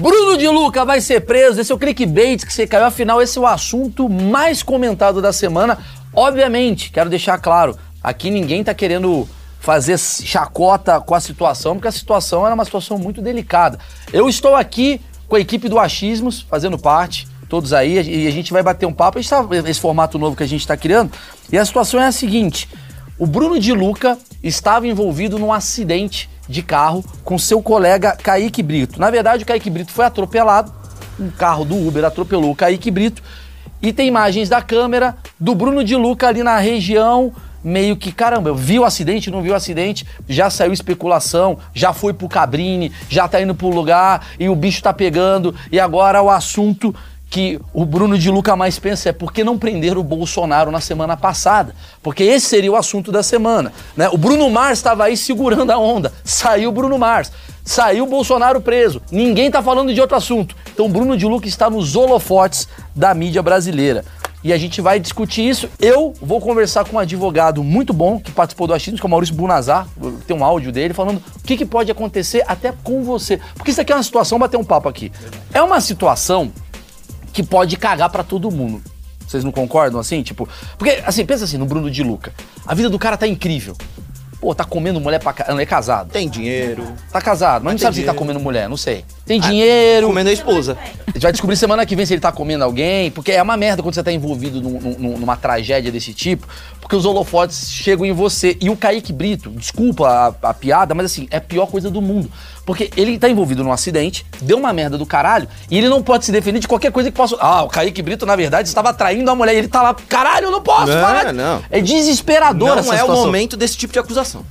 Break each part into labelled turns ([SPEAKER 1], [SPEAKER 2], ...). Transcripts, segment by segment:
[SPEAKER 1] Bruno de Luca vai ser preso. Esse é o clickbait que você caiu. Afinal, esse é o assunto mais comentado da semana. Obviamente, quero deixar claro, aqui ninguém tá querendo fazer chacota com a situação, porque a situação era uma situação muito delicada. Eu estou aqui com a equipe do Achismos, fazendo parte, todos aí, e a gente vai bater um papo. A gente tá, esse formato novo que a gente está criando. E a situação é a seguinte: o Bruno de Luca estava envolvido num acidente de carro com seu colega Kaique Brito. Na verdade, o Kaique Brito foi atropelado, um carro do Uber atropelou o Kaique Brito. E tem imagens da câmera do Bruno de Luca ali na região, meio que, caramba, eu vi o acidente, não vi o acidente, já saiu especulação, já foi pro Cabrini, já tá indo pro lugar e o bicho tá pegando. E agora o assunto que o Bruno de Luca mais pensa é por que não prender o Bolsonaro na semana passada? Porque esse seria o assunto da semana. Né? O Bruno Mars estava aí segurando a onda. Saiu o Bruno Mars. Saiu o Bolsonaro preso. Ninguém está falando de outro assunto. Então o Bruno de Luca está nos holofotes da mídia brasileira. E a gente vai discutir isso. Eu vou conversar com um advogado muito bom que participou do Achismos, que é o Maurício Bunazar. Tem um áudio dele falando o que, que pode acontecer até com você. Porque isso aqui é uma situação, bater um papo aqui. É uma situação que pode cagar para todo mundo. Vocês não concordam assim? Tipo, porque assim, pensa assim no Bruno de Luca. A vida do cara tá incrível. Pô, tá comendo mulher pra ca... não é casado.
[SPEAKER 2] Tem dinheiro.
[SPEAKER 1] Tá casado, mas, mas não sabe dinheiro. se tá comendo mulher, não sei. Tem ah, dinheiro.
[SPEAKER 2] Comendo a esposa.
[SPEAKER 1] A gente vai descobrir semana que vem se ele tá comendo alguém, porque é uma merda quando você tá envolvido num, num, numa tragédia desse tipo, porque os holofotes chegam em você. E o Kaique Brito, desculpa a, a piada, mas assim, é a pior coisa do mundo. Porque ele tá envolvido num acidente, deu uma merda do caralho, e ele não pode se defender de qualquer coisa que possa. Ah, o Kaique Brito, na verdade, estava traindo a mulher e ele tá lá, caralho, eu não posso,
[SPEAKER 2] não,
[SPEAKER 1] caralho.
[SPEAKER 2] Não.
[SPEAKER 1] É desesperador
[SPEAKER 2] não
[SPEAKER 1] essa
[SPEAKER 2] é
[SPEAKER 1] situação.
[SPEAKER 2] o momento desse tipo de acusação.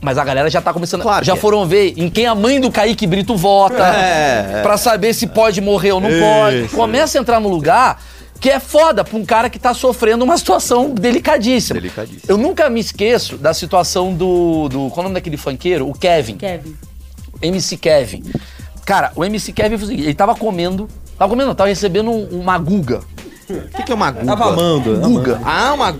[SPEAKER 1] Mas a galera já tá começando.
[SPEAKER 2] Claro
[SPEAKER 1] já
[SPEAKER 2] que é.
[SPEAKER 1] foram ver em quem a mãe do Kaique Brito vota.
[SPEAKER 2] É.
[SPEAKER 1] Pra saber se pode morrer ou não pode.
[SPEAKER 2] Isso.
[SPEAKER 1] Começa a entrar no lugar que é foda pra um cara que tá sofrendo uma situação delicadíssima.
[SPEAKER 2] Delicadíssimo.
[SPEAKER 1] Eu nunca me esqueço da situação do. do qual é o nome daquele funkeiro? O Kevin.
[SPEAKER 3] Kevin.
[SPEAKER 1] MC Kevin. Cara, o MC Kevin foi o seguinte: ele tava comendo. Tava comendo, não, tava recebendo um- uma guga.
[SPEAKER 2] O que, que é uma guga?
[SPEAKER 4] Tava amando.
[SPEAKER 1] Guga.
[SPEAKER 2] Ah, uma...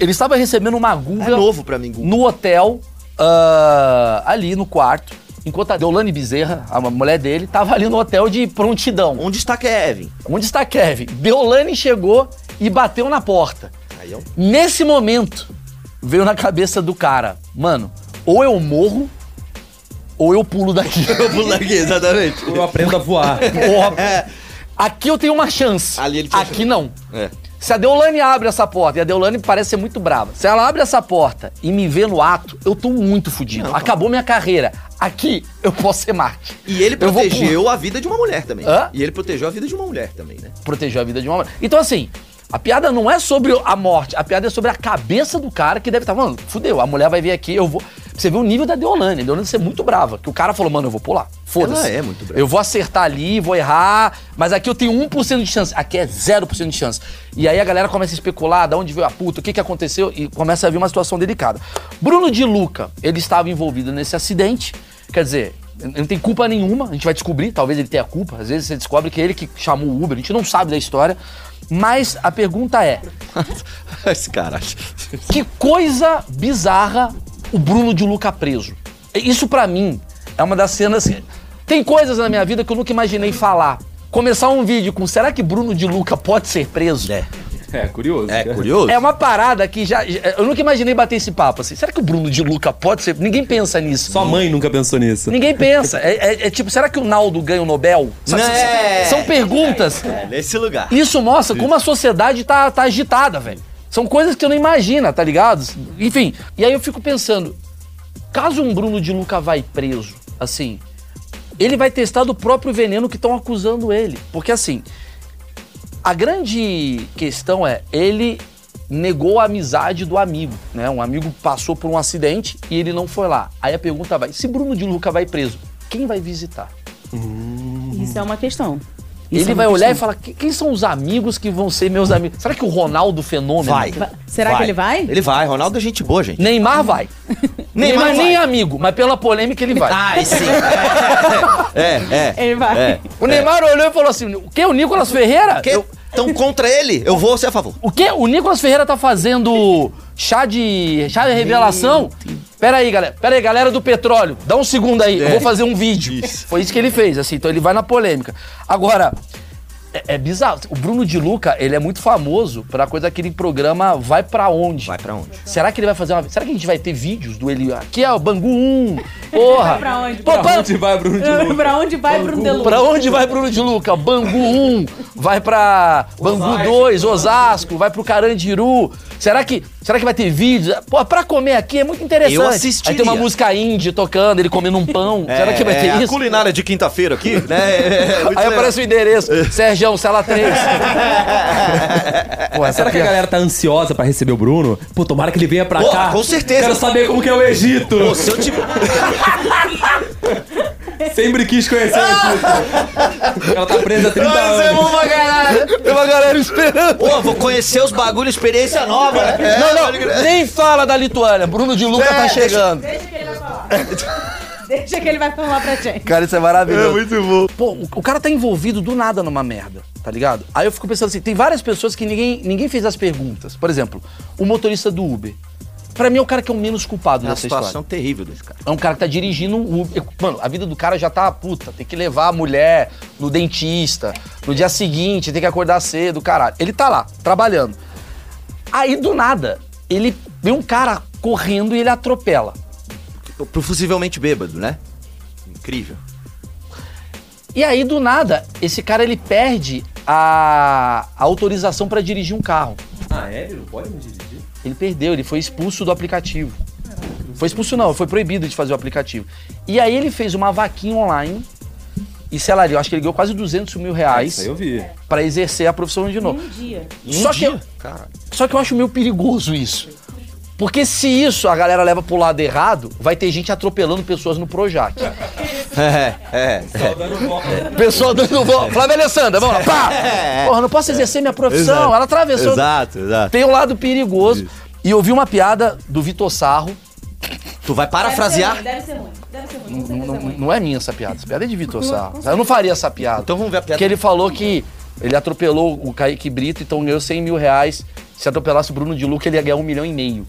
[SPEAKER 1] Ele estava recebendo uma
[SPEAKER 2] é
[SPEAKER 1] guga.
[SPEAKER 2] novo pra mim, guga.
[SPEAKER 1] no hotel, ah, ali no quarto, enquanto a Deolane Bezerra, a mulher dele, tava ali no hotel de prontidão.
[SPEAKER 2] Onde está Kevin?
[SPEAKER 1] Onde está Kevin? Deolane chegou e bateu na porta.
[SPEAKER 2] Aí é um...
[SPEAKER 1] Nesse momento, veio na cabeça do cara, mano, ou eu morro, ou eu pulo daqui.
[SPEAKER 2] Eu pulo daqui, exatamente.
[SPEAKER 4] Eu aprendo a voar.
[SPEAKER 1] Porra. Aqui eu tenho uma chance.
[SPEAKER 2] Ali ele tinha
[SPEAKER 1] Aqui não.
[SPEAKER 2] É.
[SPEAKER 1] Se a Deolane abre essa porta, e a Deolane parece ser muito brava, se ela abre essa porta e me vê no ato, eu tô muito fudido.
[SPEAKER 2] Não,
[SPEAKER 1] Acabou minha carreira. Aqui eu posso ser Marte.
[SPEAKER 2] E ele
[SPEAKER 1] Eu vou
[SPEAKER 2] protegeu a vida de uma mulher também.
[SPEAKER 1] Hã?
[SPEAKER 2] E ele protegeu a vida de uma mulher também, né?
[SPEAKER 1] Proteger a vida de uma mulher. Então, assim, a piada não é sobre a morte, a piada é sobre a cabeça do cara que deve estar falando, fudeu, a mulher vai vir aqui, eu vou. Você vê o nível da Deolane. A Deolane ser muito brava. Que o cara falou, mano, eu vou pular. Foda-se.
[SPEAKER 2] Ela é muito brava.
[SPEAKER 1] Eu vou acertar ali, vou errar, mas aqui eu tenho 1% de chance. Aqui é 0% de chance. E aí a galera começa a especular de onde veio a puta, o que, que aconteceu, e começa a vir uma situação delicada. Bruno de Luca, ele estava envolvido nesse acidente, quer dizer, ele não tem culpa nenhuma, a gente vai descobrir, talvez ele tenha culpa, às vezes você descobre que é ele que chamou o Uber, a gente não sabe da história. Mas a pergunta é:
[SPEAKER 2] Esse caralho.
[SPEAKER 1] que coisa bizarra o Bruno de Luca preso. Isso pra mim é uma das cenas. Tem coisas na minha vida que eu nunca imaginei falar. Começar um vídeo com será que Bruno de Luca pode ser preso?
[SPEAKER 2] É.
[SPEAKER 4] É, curioso.
[SPEAKER 2] É
[SPEAKER 4] né?
[SPEAKER 2] curioso?
[SPEAKER 1] É uma parada que já. já- Eu nunca imaginei bater esse papo assim. Será que o Bruno de Luca pode ser? Ninguém pensa nisso.
[SPEAKER 4] Sua mãe nunca pensou nisso.
[SPEAKER 1] Ninguém pensa. É, é- é tipo, será que o Naldo ganha o Nobel? Sabe,
[SPEAKER 4] é.
[SPEAKER 2] Né?
[SPEAKER 1] São perguntas.
[SPEAKER 2] Nesse lugar.
[SPEAKER 1] Isso mostra como a sociedade tá, tá agitada, velho. São coisas que eu não imagina, tá ligado? Enfim, e aí eu fico pensando, caso um Bruno de Luca vai preso, assim, ele vai testar do próprio veneno que estão acusando ele. Porque assim, a grande questão é, ele negou a amizade do amigo, né? Um amigo passou por um acidente e ele não foi lá. Aí a pergunta vai, se Bruno de Luca vai preso, quem vai visitar? Uhum.
[SPEAKER 3] Isso é uma questão. Isso
[SPEAKER 1] Ele
[SPEAKER 3] é uma
[SPEAKER 1] vai olhar e
[SPEAKER 3] questão.
[SPEAKER 1] falar: "Que- quem são os amigos que vão ser meus amigos? Será que o Ronaldo Fenômeno?
[SPEAKER 2] Vai.
[SPEAKER 3] Será que ele vai?
[SPEAKER 2] Ele vai. Ronaldo é gente boa, gente.
[SPEAKER 1] Neymar vai. Neymar,
[SPEAKER 2] Neymar
[SPEAKER 1] nem é
[SPEAKER 2] vai. Ah,
[SPEAKER 1] amigo, mas pela polêmica ele vai.
[SPEAKER 2] Ai, sim. é, é.
[SPEAKER 3] Ele vai.
[SPEAKER 2] É.
[SPEAKER 1] o Neymar olhou e falou assim: o que? O Nicolas Ferreira? Eu-
[SPEAKER 2] Então, contra ele, eu vou ser a favor.
[SPEAKER 1] o que? O Nicolas Ferreira tá fazendo chá de. chá de revelação? Pera aí, galera. Pera aí, galera do petróleo. Dá um segundo aí. Eu
[SPEAKER 2] É.
[SPEAKER 1] vou fazer um vídeo. Foi isso que ele fez, assim. Então ele vai na polêmica. Agora, é, é bizarro. O Bruno de Luca, ele é muito famoso pra coisa daquele programa Vai Pra Onde.
[SPEAKER 2] Vai pra onde?
[SPEAKER 1] Será que ele vai fazer uma... Será que a gente vai ter vídeos do ele... Aqui é o Bangu 1. Porra.
[SPEAKER 3] Vai pra onde?
[SPEAKER 1] Pô,
[SPEAKER 3] Pra
[SPEAKER 1] pra-
[SPEAKER 4] Onde vai, Bruno de Luca?
[SPEAKER 3] pra onde vai Bruno Deluca?
[SPEAKER 1] Pra onde vai Bruno de Luca? Bangu 1, vai pra Bangu 2, Osasco, vai pro Carandiru. Será que, será que vai ter vídeo? Pô, pra comer aqui é muito interessante.
[SPEAKER 2] Eu assistiria.
[SPEAKER 1] Aí tem uma música indie tocando, ele comendo um pão. será que vai ter
[SPEAKER 2] é, A
[SPEAKER 1] isso?
[SPEAKER 2] culinária de quinta-feira aqui, né? É, é, é muito
[SPEAKER 1] Aí
[SPEAKER 2] legal.
[SPEAKER 1] aparece o endereço. Sergião, Sala 3. Pô, essa
[SPEAKER 4] Será que a
[SPEAKER 1] piada-
[SPEAKER 4] galera tá ansiosa pra receber o Bruno? Pô, tomara que ele venha pra
[SPEAKER 2] Pô,
[SPEAKER 4] cá.
[SPEAKER 2] com certeza.
[SPEAKER 4] Quero saber como que é o Egito.
[SPEAKER 2] Pô, se eu te...
[SPEAKER 4] Sempre quis conhecer o Egito. Ela tá presa há 30
[SPEAKER 2] é
[SPEAKER 4] anos.
[SPEAKER 1] uma galera, é- tem uma galera esperando.
[SPEAKER 2] Pô, vou conhecer os bagulhos, experiência nova. né?
[SPEAKER 1] não, não, nem fala da Lituânia. Bruno de Luca
[SPEAKER 2] É,
[SPEAKER 1] tá
[SPEAKER 2] deixa-
[SPEAKER 1] chegando.
[SPEAKER 3] Deixa que ele vai falar. Deixa que ele vai falar pra gente.
[SPEAKER 1] Cara, isso é maravilhoso.
[SPEAKER 2] É muito bom.
[SPEAKER 1] Pô, o, o cara tá envolvido do nada numa merda, tá ligado? Aí eu fico pensando assim, tem várias pessoas que ninguém, ninguém fez as perguntas. Por exemplo, o motorista do Uber. Pra mim é o cara que é o menos culpado
[SPEAKER 2] É uma
[SPEAKER 1] nessa
[SPEAKER 2] situação
[SPEAKER 1] história.
[SPEAKER 2] terrível desse cara.
[SPEAKER 1] É um cara que tá dirigindo um Uber. Mano, a vida do cara já tá puta. Tem que levar a mulher no dentista. No dia seguinte, tem que acordar cedo, caralho. Ele tá lá, trabalhando. Aí, do nada, ele vê um cara correndo e ele atropela.
[SPEAKER 2] Possivelmente bêbado, né? Incrível.
[SPEAKER 1] E aí, do nada, esse cara ele perde a, a autorização pra dirigir um carro.
[SPEAKER 4] Ah, é? Ele não pode me dirigir?
[SPEAKER 1] Ele perdeu, ele foi expulso do aplicativo. Foi expulso não, foi proibido de fazer o aplicativo. E aí ele fez uma vaquinha online e, sei lá, eu acho que ele ganhou quase 200 mil
[SPEAKER 4] Isso aí
[SPEAKER 1] reais
[SPEAKER 4] eu vi.
[SPEAKER 1] pra exercer a profissão de novo.
[SPEAKER 3] Um dia.
[SPEAKER 1] Só que, eu-
[SPEAKER 2] Cara,
[SPEAKER 1] só que eu acho meio perigoso isso. Porque se isso a galera leva pro lado errado, vai ter gente atropelando pessoas no Projac.
[SPEAKER 2] é, é.
[SPEAKER 1] Pessoal dando volta. Flávia Alessandra, vamos lá. Pá! Porra, não posso exercer minha profissão.
[SPEAKER 2] É. Exato.
[SPEAKER 1] Ela atravessou.
[SPEAKER 2] Exato, exato.
[SPEAKER 1] Tem um lado perigoso. E eu vi uma piada do Vitor Sarro.
[SPEAKER 2] Tu vai parafrasear?
[SPEAKER 3] Deve ser ruim, deve ser ruim. Deve ser
[SPEAKER 1] Não,
[SPEAKER 3] ruim.
[SPEAKER 1] não- não é minha essa piada. Essa piada é de Vitor Sarro. Eu não faria essa piada.
[SPEAKER 2] Então vamos ver a piada.
[SPEAKER 1] Porque ele falou que ele atropelou o Kaique Brito, então ganhou 100 mil reais. Se atropelasse o Bruno de Luca, ele ia ganhar um milhão e meio.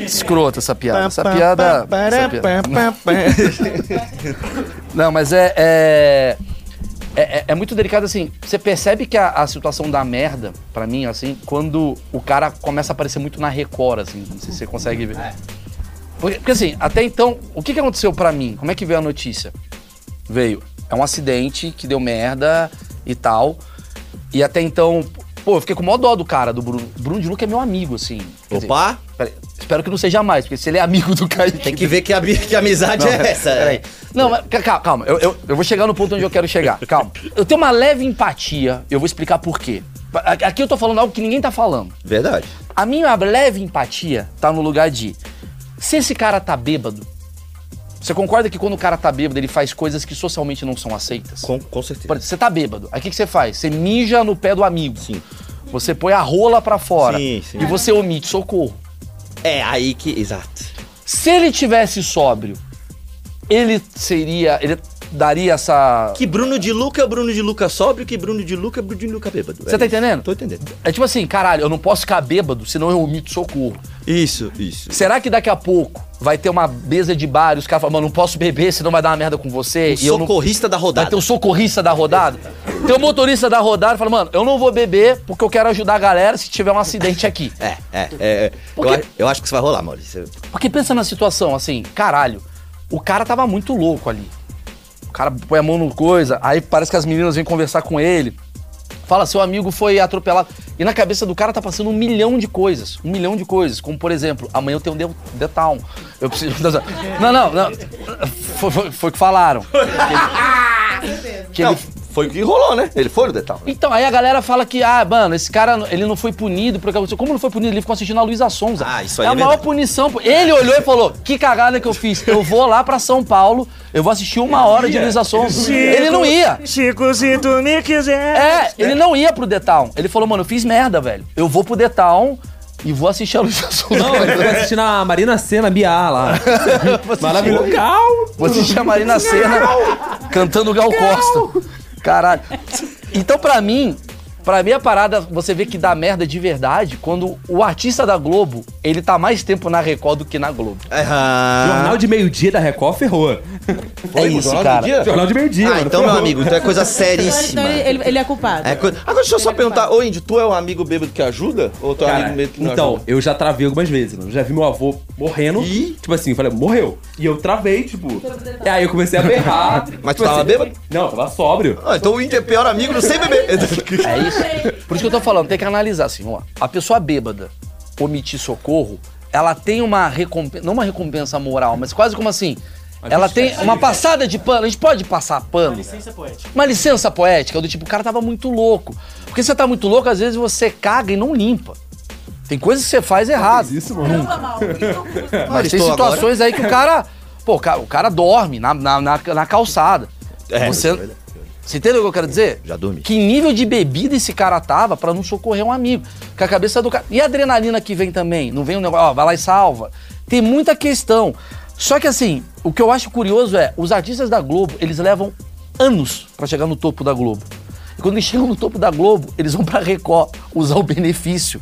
[SPEAKER 1] Escrota essa piada. Essa piada. Essa piada. Não, mas é. É, é, é- é muito delicado assim. Você percebe que a, a situação da merda, pra mim, assim, quando o cara começa a aparecer muito na Record, assim. Não sei se você consegue ver. Porque, porque, assim, até então, o que, que aconteceu pra mim? Como é que veio a notícia? Veio. É um acidente que deu merda e tal. E até então. Pô, eu fiquei com o maior dó do cara, do Bruno. Bruno de Luca é meu amigo, assim. Quer dizer,
[SPEAKER 2] Opa,
[SPEAKER 1] peraí, espero que não seja mais, porque se ele é amigo do Kaique.
[SPEAKER 2] tem que ver que, ami- que amizade
[SPEAKER 1] Não,
[SPEAKER 2] é essa.
[SPEAKER 1] Peraí. Não, mas ca- calma, calma. Eu, eu, eu vou chegar no ponto onde eu quero chegar. Calma. Eu tenho uma leve empatia, eu vou explicar por quê. Pa- a- Aqui eu tô falando algo que ninguém tá falando.
[SPEAKER 2] Verdade.
[SPEAKER 1] A minha leve empatia tá no lugar de. Se esse cara tá bêbado, você concorda que quando o cara tá bêbado, ele faz coisas que socialmente não são aceitas?
[SPEAKER 2] Com, com certeza.
[SPEAKER 1] Por exemplo, você tá bêbado. Aí o que, que você faz? Você mija no pé do amigo.
[SPEAKER 2] Sim.
[SPEAKER 1] Você põe a rola pra fora.
[SPEAKER 2] Sim, sim.
[SPEAKER 1] E você omite socorro.
[SPEAKER 2] É aí que. Exato.
[SPEAKER 1] Se ele tivesse sóbrio, ele seria. Ele daria essa.
[SPEAKER 2] Que Bruno de Luca é o Bruno de Luca sóbrio, que Bruno de Luca é Bruno de Luca bêbado.
[SPEAKER 1] Você
[SPEAKER 2] É
[SPEAKER 1] tá
[SPEAKER 2] isso.
[SPEAKER 1] entendendo?
[SPEAKER 2] Tô entendendo.
[SPEAKER 1] É tipo assim, caralho, eu não posso ficar bêbado, senão eu omito socorro.
[SPEAKER 2] Isso, isso.
[SPEAKER 1] Será que daqui a pouco vai ter uma mesa de bar e os caras falam, mano, não posso beber, senão vai dar uma merda com você?
[SPEAKER 2] Um
[SPEAKER 1] e eu não...
[SPEAKER 2] Socorrista da
[SPEAKER 1] Vai
[SPEAKER 2] rodada.
[SPEAKER 1] ter o socorrista da rodada? Tem o motorista da rodada fala, mano, eu não vou beber porque eu quero ajudar a galera se tiver um acidente aqui.
[SPEAKER 2] É, é, é. é. Eu,
[SPEAKER 1] Porque-
[SPEAKER 2] a- eu acho que isso vai rolar, Maurício.
[SPEAKER 1] Porque pensa na situação, assim, caralho, o cara tava muito louco ali. O cara põe a mão no coisa, aí parece que as meninas vêm conversar com ele. Fala, seu amigo foi atropelado. E na cabeça do cara tá passando um milhão de coisas. Um milhão de coisas. Como, por exemplo, amanhã eu tenho um The, The Town. Eu preciso. Não, não, não. Foi, foi- foi o que falaram. Que ele-
[SPEAKER 2] Não, foi o que rolou, né? Ele foi no detalhe.
[SPEAKER 1] Então, aí a galera fala que, ah, mano, esse cara, ele não foi punido porque aconteceu. Como não foi punido? Ele ficou assistindo a Luísa Sonza.
[SPEAKER 2] Ah, isso aí
[SPEAKER 1] É a
[SPEAKER 2] é
[SPEAKER 1] maior
[SPEAKER 2] verdade.
[SPEAKER 1] punição. pô. Ele olhou e falou, que cagada que eu fiz. Eu vou lá pra São Paulo, eu vou assistir uma hora de Luísa Sonza. Ele não ia.
[SPEAKER 5] Chico, se tu me quiser.
[SPEAKER 1] É, ele não ia pro The Town. Ele falou, mano, eu fiz merda, velho. Eu vou pro The Town e vou assistir a Luísa Sonza.
[SPEAKER 4] Não, ele vai assistir na Marina Sena, Biá lá. Maravilhoso. Calma.
[SPEAKER 1] Vou assistir a Marina Senna cantando Gal Costa. Caralho. Então, pra mim, Pra mim, a parada, você vê que dá merda de verdade quando o artista da Globo, ele tá mais tempo na Record do que na Globo.
[SPEAKER 2] É, Ah.
[SPEAKER 4] Jornal de meio-dia da Record ferrou.
[SPEAKER 1] é
[SPEAKER 2] Foi,
[SPEAKER 1] isso,
[SPEAKER 2] Jornal do
[SPEAKER 1] cara.
[SPEAKER 2] Dia?
[SPEAKER 4] Jornal de meio-dia.
[SPEAKER 2] Ah,
[SPEAKER 4] mano,
[SPEAKER 2] então,
[SPEAKER 4] ferrou.
[SPEAKER 2] meu amigo, então é coisa
[SPEAKER 3] Então, ele-
[SPEAKER 2] seríssima.
[SPEAKER 3] então ele, ele- ele é culpado.
[SPEAKER 2] É coisa... Agora deixa eu só
[SPEAKER 3] Ele é
[SPEAKER 2] perguntar,
[SPEAKER 3] culpado.
[SPEAKER 2] ô Índio, tu é o amigo bêbado que ajuda? Ou tu é
[SPEAKER 4] Cara,
[SPEAKER 2] amigo bêbado que não
[SPEAKER 4] então,
[SPEAKER 2] ajuda?
[SPEAKER 4] eu já travei algumas vezes, mano. Já vi meu avô morrendo.
[SPEAKER 2] Ih.
[SPEAKER 4] Tipo assim, eu falei, morreu. E eu travei, tipo. E aí eu comecei a berrar.
[SPEAKER 2] Mas tu
[SPEAKER 4] Tipo
[SPEAKER 2] tava
[SPEAKER 4] assim,
[SPEAKER 2] bêbado?
[SPEAKER 4] Não, eu tava sóbrio.
[SPEAKER 2] Ah, então o Índio é pior amigo do sem beber.
[SPEAKER 1] É isso. Por isso que eu tô falando, tem que analisar assim, ó. A pessoa bêbada omitir socorro, ela tem uma recompensa, não uma recompensa moral, mas quase como assim, ela tem uma passada de pano, a gente pode passar pano. Uma licença poética. Uma licença poética, do tipo, o cara tava muito louco. Porque você tá muito louco, às vezes você caga e não limpa. Tem coisas que você faz
[SPEAKER 2] Ah,
[SPEAKER 1] errado.
[SPEAKER 4] Isso, mano.
[SPEAKER 1] Mas tem
[SPEAKER 2] estou agora.
[SPEAKER 1] situações aí que o cara. Pô, o cara, o cara dorme na, na, na, na calçada.
[SPEAKER 2] É,
[SPEAKER 1] você,
[SPEAKER 2] verdade.
[SPEAKER 1] você entendeu o que eu quero dizer?
[SPEAKER 2] Já dormi.
[SPEAKER 1] Que nível de bebida esse cara tava pra não socorrer um amigo? Com a cabeça do cara. E a adrenalina que vem também? Não vem um negócio, ó, vai lá e salva. Tem muita questão. Só que assim, o que eu acho curioso é, os artistas da Globo, eles levam anos pra chegar no topo da Globo. E quando eles chegam no topo da Globo, eles vão pra Record usar o benefício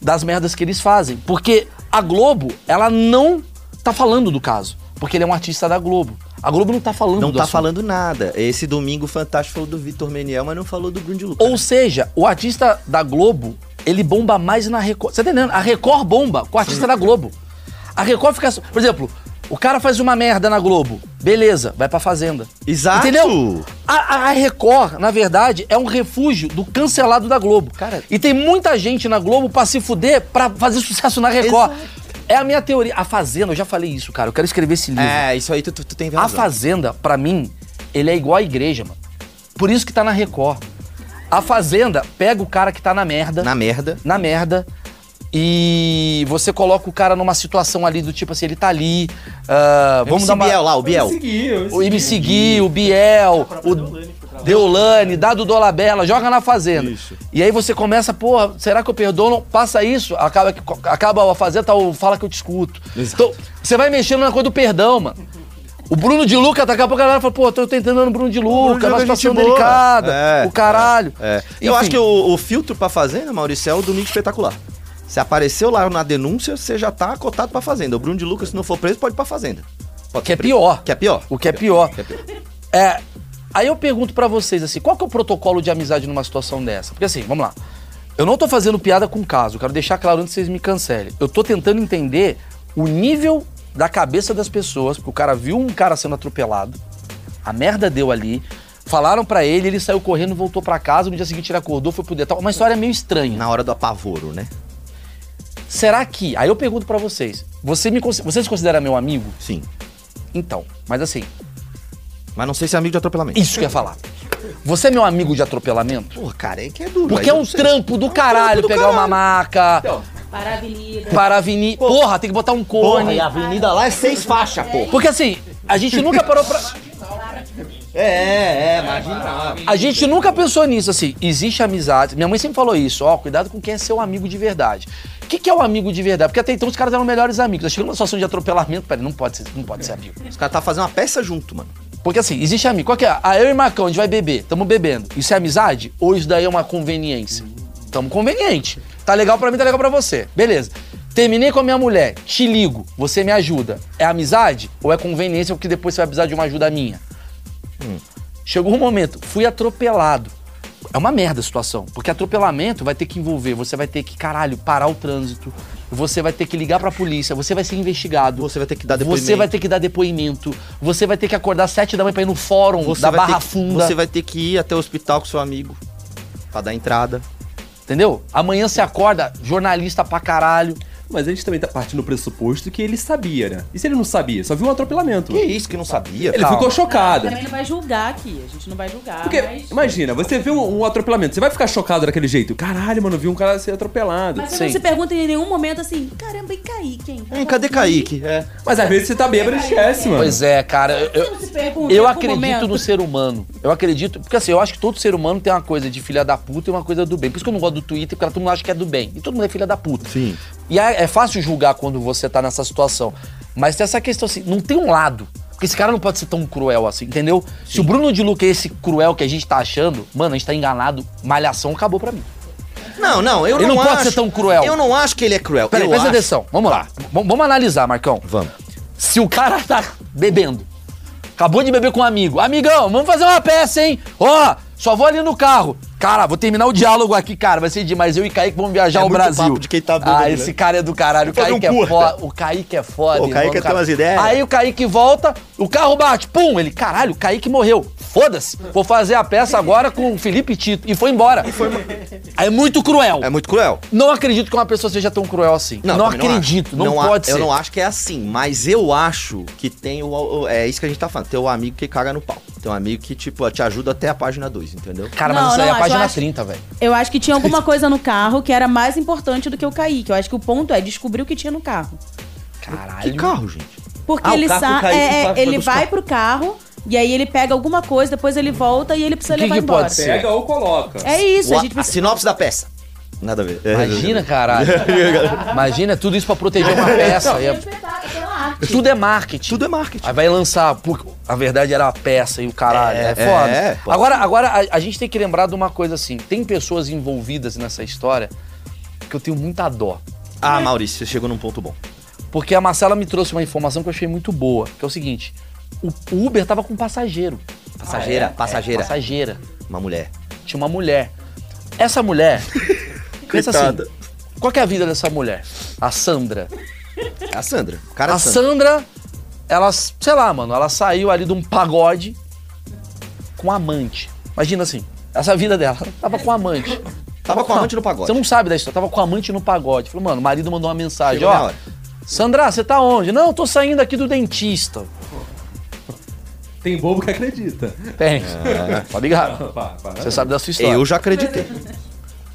[SPEAKER 1] das merdas que eles fazem. Porque a Globo, ela não tá falando do caso. Porque ele é um artista da Globo. A Globo não tá falando
[SPEAKER 2] Não
[SPEAKER 1] do
[SPEAKER 2] tá
[SPEAKER 1] assunto.
[SPEAKER 2] falando nada. Esse domingo fantástico falou do Vitor Meniel, mas não falou do Bruno de Luca.
[SPEAKER 1] Ou seja, o artista da Globo, ele bomba mais na Record. Você tá entendendo? A Record bomba com o artista da Globo. A Record fica. Por exemplo, o cara faz uma merda na Globo. Beleza, vai pra Fazenda.
[SPEAKER 2] Exato.
[SPEAKER 1] Entendeu? A, a- a Record, na verdade, é um refúgio do cancelado da Globo.
[SPEAKER 2] Cara-
[SPEAKER 1] E tem muita gente na Globo pra se fuder pra fazer sucesso na Record. É a minha teoria. A Fazenda, eu já falei isso, cara. Eu quero escrever esse livro.
[SPEAKER 2] É, isso aí tu, tu, tu tem
[SPEAKER 1] A
[SPEAKER 2] razão.
[SPEAKER 1] Fazenda, pra mim, ele é igual à igreja, mano. Por isso que tá na Record. A Fazenda pega o cara que tá na merda, na,
[SPEAKER 2] Na merda.
[SPEAKER 1] merda, e você coloca o cara numa situação ali do tipo assim, ele tá ali, ah, vamos
[SPEAKER 2] MC
[SPEAKER 1] dar uma...
[SPEAKER 2] Biel lá, o Biel.
[SPEAKER 4] Seguiu.
[SPEAKER 1] O Ibisegui, o Biel, o Deolane, Dado Dolabella, joga na Fazenda. E aí você começa, porra, será que eu perdoo? Passa isso, acaba, que- acaba a Fazenda, tá o Fala Que Eu Te Escuto. Então, você vai mexendo na coisa do perdão, mano. O Bruno de Luca, daqui a pouco a galera fala, pô, tô tentando o Bruno de
[SPEAKER 2] Bruno de
[SPEAKER 1] Luca, uma
[SPEAKER 2] Luca é gente
[SPEAKER 1] situação
[SPEAKER 2] boa.
[SPEAKER 1] delicada,
[SPEAKER 2] É,
[SPEAKER 1] o caralho.
[SPEAKER 2] É. Eu
[SPEAKER 1] Enfim.
[SPEAKER 2] acho que o, o filtro pra Fazenda, Maurício, é o domingo espetacular. Se apareceu lá na denúncia, você já tá cotado pra Fazenda. O Bruno de Lucas, se não for preso, pode ir pra Fazenda. Pode
[SPEAKER 1] Que
[SPEAKER 2] ser
[SPEAKER 1] é
[SPEAKER 2] preso.
[SPEAKER 1] pior.
[SPEAKER 2] Que é pior.
[SPEAKER 1] O que é pior. É, aí eu pergunto pra vocês assim, qual que é o protocolo de amizade numa situação dessa? Porque assim, vamos lá. Eu não tô fazendo piada com o caso, quero deixar claro antes que vocês me cancelem. Eu tô tentando entender o nível da cabeça das pessoas, porque o cara viu um cara sendo atropelado, a merda deu ali, falaram pra ele, ele saiu correndo, voltou pra casa, no dia seguinte ele acordou, foi pro detalhe. Uma história meio estranha.
[SPEAKER 2] Na hora do apavoro, né?
[SPEAKER 1] Será que, aí eu pergunto pra vocês, você me, consi- você se considera meu amigo?
[SPEAKER 2] Sim.
[SPEAKER 1] Então, mas assim,
[SPEAKER 2] Mas não sei se é amigo de atropelamento.
[SPEAKER 1] Isso que eu ia falar. Você é meu amigo de atropelamento?
[SPEAKER 2] Porra, cara, é que é duro.
[SPEAKER 1] Porque
[SPEAKER 2] mas
[SPEAKER 1] é
[SPEAKER 2] eu
[SPEAKER 1] um
[SPEAKER 2] não sei.
[SPEAKER 1] trampo do caralho
[SPEAKER 2] do
[SPEAKER 1] pegar
[SPEAKER 2] caralho. Então,
[SPEAKER 1] uma maca
[SPEAKER 3] Maravilha.
[SPEAKER 1] para a avenida. Porra, tem que botar um
[SPEAKER 2] Porra,
[SPEAKER 1] cone.
[SPEAKER 2] e a avenida lá é seis faixas, porra.
[SPEAKER 1] Porque assim, a gente nunca parou pra.
[SPEAKER 2] É, é, marginal.
[SPEAKER 1] A gente nunca pensou nisso, assim. Existe amizade. Minha mãe sempre falou isso, ó, cuidado com quem é seu amigo de verdade. O que, que é o amigo de verdade? Porque até então os caras eram melhores amigos. Aí Chegou numa situação de atropelamento, peraí, não pode ser, não pode ser amigo.
[SPEAKER 2] Os caras tá fazendo uma peça junto, mano.
[SPEAKER 1] Porque assim, existe amigo. Qual que é? Ah, eu e Marcão, a gente vai beber. Tamo bebendo. Isso é amizade? Ou isso daí é uma conveniência? Tamo conveniente. Tá legal pra mim, tá legal pra você. Beleza. Terminei com a minha mulher, te ligo, você me ajuda. É amizade ou é conveniência porque depois você vai precisar de uma ajuda minha?
[SPEAKER 2] Hum.
[SPEAKER 1] Chegou um momento, fui atropelado. É uma merda a situação, porque atropelamento vai ter que envolver, você vai ter que, caralho, parar o trânsito, você vai ter que ligar pra polícia, você vai ser investigado.
[SPEAKER 2] Você vai ter que dar
[SPEAKER 1] Você
[SPEAKER 2] depoimento.
[SPEAKER 1] vai ter que dar depoimento, você vai ter que acordar sete da manhã pra ir no fórum da
[SPEAKER 2] vai
[SPEAKER 1] Barra
[SPEAKER 2] ter que,
[SPEAKER 1] Funda,
[SPEAKER 2] Você vai ter que ir até o hospital com seu amigo pra dar entrada.
[SPEAKER 1] entendeu? Amanhã você acorda jornalista pra caralho.
[SPEAKER 4] Mas a gente também tá partindo do pressuposto que ele sabia, né? E se ele não sabia? Só viu um atropelamento.
[SPEAKER 2] Que isso, que não sabia?
[SPEAKER 4] Ele
[SPEAKER 1] Calma.
[SPEAKER 4] ficou chocado.
[SPEAKER 3] Também não vai julgar aqui. A gente não vai julgar.
[SPEAKER 4] Porque,
[SPEAKER 3] mas...
[SPEAKER 4] imagina, você vê um, um atropelamento, você vai ficar chocado daquele jeito. Caralho, mano, vi um cara ser atropelado.
[SPEAKER 3] Mas você
[SPEAKER 1] Sim.
[SPEAKER 3] não se pergunta em nenhum momento assim, caramba, e Kaique, hein?
[SPEAKER 2] Hein, cadê Kaique? É.
[SPEAKER 4] Mas às vezes você tá bêbado e esquece, mano.
[SPEAKER 1] Pois é, cara, eu- eu,
[SPEAKER 3] Você não se pergunta é em
[SPEAKER 1] Eu
[SPEAKER 3] algum
[SPEAKER 1] acredito
[SPEAKER 3] momento?
[SPEAKER 1] no ser humano. Eu acredito. Porque assim, eu acho que todo ser humano tem uma coisa de filha da puta e uma coisa do bem. Por isso que eu não gosto do Twitter, porque todo mundo acha que é do bem. E todo mundo é filha da puta.
[SPEAKER 2] Sim.
[SPEAKER 1] E é, é fácil julgar quando você tá nessa situação. Mas tem essa questão assim, não tem um lado. Porque Porque esse cara não pode ser tão cruel assim, entendeu? Se o Bruno de Luca é esse cruel que a gente tá achando, mano, a gente tá enganado. Malhação acabou pra mim.
[SPEAKER 2] Não, não, eu
[SPEAKER 1] Ele
[SPEAKER 2] não
[SPEAKER 1] não pode
[SPEAKER 2] acho-
[SPEAKER 1] ser tão cruel.
[SPEAKER 2] Eu não acho que ele é cruel.
[SPEAKER 1] Peraí,
[SPEAKER 2] eu
[SPEAKER 1] presta
[SPEAKER 2] acho- Tá.
[SPEAKER 1] atenção. Vamos lá. V- vamos analisar, Marcão.
[SPEAKER 2] Vamos.
[SPEAKER 1] Se o cara tá bebendo, acabou de beber com um amigo. Amigão, vamos fazer uma peça, hein? Ó, só vou ali no carro. Cara, vou terminar o diálogo aqui, cara. Vai ser demais. Eu e Kaique vamos viajar
[SPEAKER 2] É
[SPEAKER 1] ao
[SPEAKER 2] muito
[SPEAKER 1] Brasil.
[SPEAKER 2] papo de quem tá bêbado,
[SPEAKER 1] ah,
[SPEAKER 2] né?
[SPEAKER 1] esse cara é do caralho. O
[SPEAKER 2] Vamos fazer
[SPEAKER 1] Kaique,
[SPEAKER 2] um
[SPEAKER 1] é
[SPEAKER 2] curta.
[SPEAKER 1] foda. o Kaique é foda.
[SPEAKER 2] Pô, o
[SPEAKER 1] irmão,
[SPEAKER 2] Kaique
[SPEAKER 1] cara.
[SPEAKER 2] tem umas ideias.
[SPEAKER 1] Aí o Kaique volta, o carro bate. Pum! Ele, caralho, o Kaique morreu. Foda-se. Vou fazer a peça agora com o Felipe Tito. E foi embora. É muito cruel.
[SPEAKER 2] É muito cruel.
[SPEAKER 1] Não acredito que uma pessoa seja tão cruel assim. Não,
[SPEAKER 2] também
[SPEAKER 1] acredito,
[SPEAKER 2] acho.
[SPEAKER 1] não,
[SPEAKER 2] a-
[SPEAKER 1] pode ser.
[SPEAKER 2] Eu não acho que é assim, mas eu acho que tem o, o- É isso que a gente tá falando. Tem o amigo que caga no pau. Tem um amigo que, tipo, te ajuda até a página 2, entendeu?
[SPEAKER 1] Cara,
[SPEAKER 3] Não,
[SPEAKER 1] mas isso aí
[SPEAKER 3] não,
[SPEAKER 1] é a
[SPEAKER 3] acho-
[SPEAKER 1] página
[SPEAKER 3] eu acho-
[SPEAKER 1] 30, velho.
[SPEAKER 3] Eu acho que tinha alguma coisa no carro que era mais importante do que o Kaique. Eu acho que o ponto é descobrir o que tinha no carro.
[SPEAKER 1] Caralho.
[SPEAKER 2] Que carro, gente?
[SPEAKER 3] Porque
[SPEAKER 4] Ah, o
[SPEAKER 3] ele
[SPEAKER 4] carro do
[SPEAKER 3] sai.
[SPEAKER 4] Kaique,
[SPEAKER 3] é,
[SPEAKER 4] o Kaique
[SPEAKER 3] é,
[SPEAKER 4] foi
[SPEAKER 3] ele
[SPEAKER 4] buscar.
[SPEAKER 3] vai pro carro e aí ele pega alguma coisa, depois ele volta e ele precisa
[SPEAKER 1] O que
[SPEAKER 3] levar
[SPEAKER 1] que
[SPEAKER 3] embora.
[SPEAKER 1] pode ser?
[SPEAKER 4] Pega ou coloca.
[SPEAKER 3] É isso,
[SPEAKER 2] O
[SPEAKER 3] a
[SPEAKER 2] a-
[SPEAKER 3] gente
[SPEAKER 2] a
[SPEAKER 3] precisa.
[SPEAKER 2] sinopse da peça. Nada a ver.
[SPEAKER 1] Imagina, caralho. Imagina, tudo isso pra proteger uma peça. É- tudo é marketing.
[SPEAKER 2] Tudo é marketing.
[SPEAKER 1] Aí vai lançar, pô, a verdade era a peça e o caralho.
[SPEAKER 2] É,
[SPEAKER 1] É, foda.
[SPEAKER 2] é, pô.
[SPEAKER 1] agora, agora a, a gente tem que lembrar de uma coisa assim: tem pessoas envolvidas nessa história que eu tenho muita dó.
[SPEAKER 2] Ah,
[SPEAKER 1] É.
[SPEAKER 2] Maurício, você chegou num ponto bom.
[SPEAKER 1] Porque a Marcela me trouxe uma informação que eu achei muito boa, que é o seguinte: o o Uber tava com um passageiro.
[SPEAKER 2] Passageira, passageira.
[SPEAKER 1] é, Passageira.
[SPEAKER 2] Uma mulher.
[SPEAKER 1] tinha uma mulher. Essa mulher. pensa assim,
[SPEAKER 2] Coitada.
[SPEAKER 1] qual que é a vida dessa mulher? A Sandra.
[SPEAKER 2] É a Sandra. O cara é
[SPEAKER 1] A
[SPEAKER 2] a Sandra.
[SPEAKER 1] Sandra, ela, sei lá, mano, ela saiu ali de um pagode com um amante. Imagina assim, essa vida dela. Ela tava com um amante.
[SPEAKER 2] Tava com a amante no pagode.
[SPEAKER 1] Você não sabe da história, tava com um amante no pagode. Falou, mano, o marido mandou uma mensagem,
[SPEAKER 2] Chegou na
[SPEAKER 1] ó.
[SPEAKER 2] hora.
[SPEAKER 1] Sandra, você tá onde? Não, tô saindo aqui do dentista.
[SPEAKER 4] Tem bobo que acredita.
[SPEAKER 1] Tem. Tá ligado?
[SPEAKER 4] Pá, pá.
[SPEAKER 1] Você sabe da sua história.
[SPEAKER 2] É. Eu já acreditei.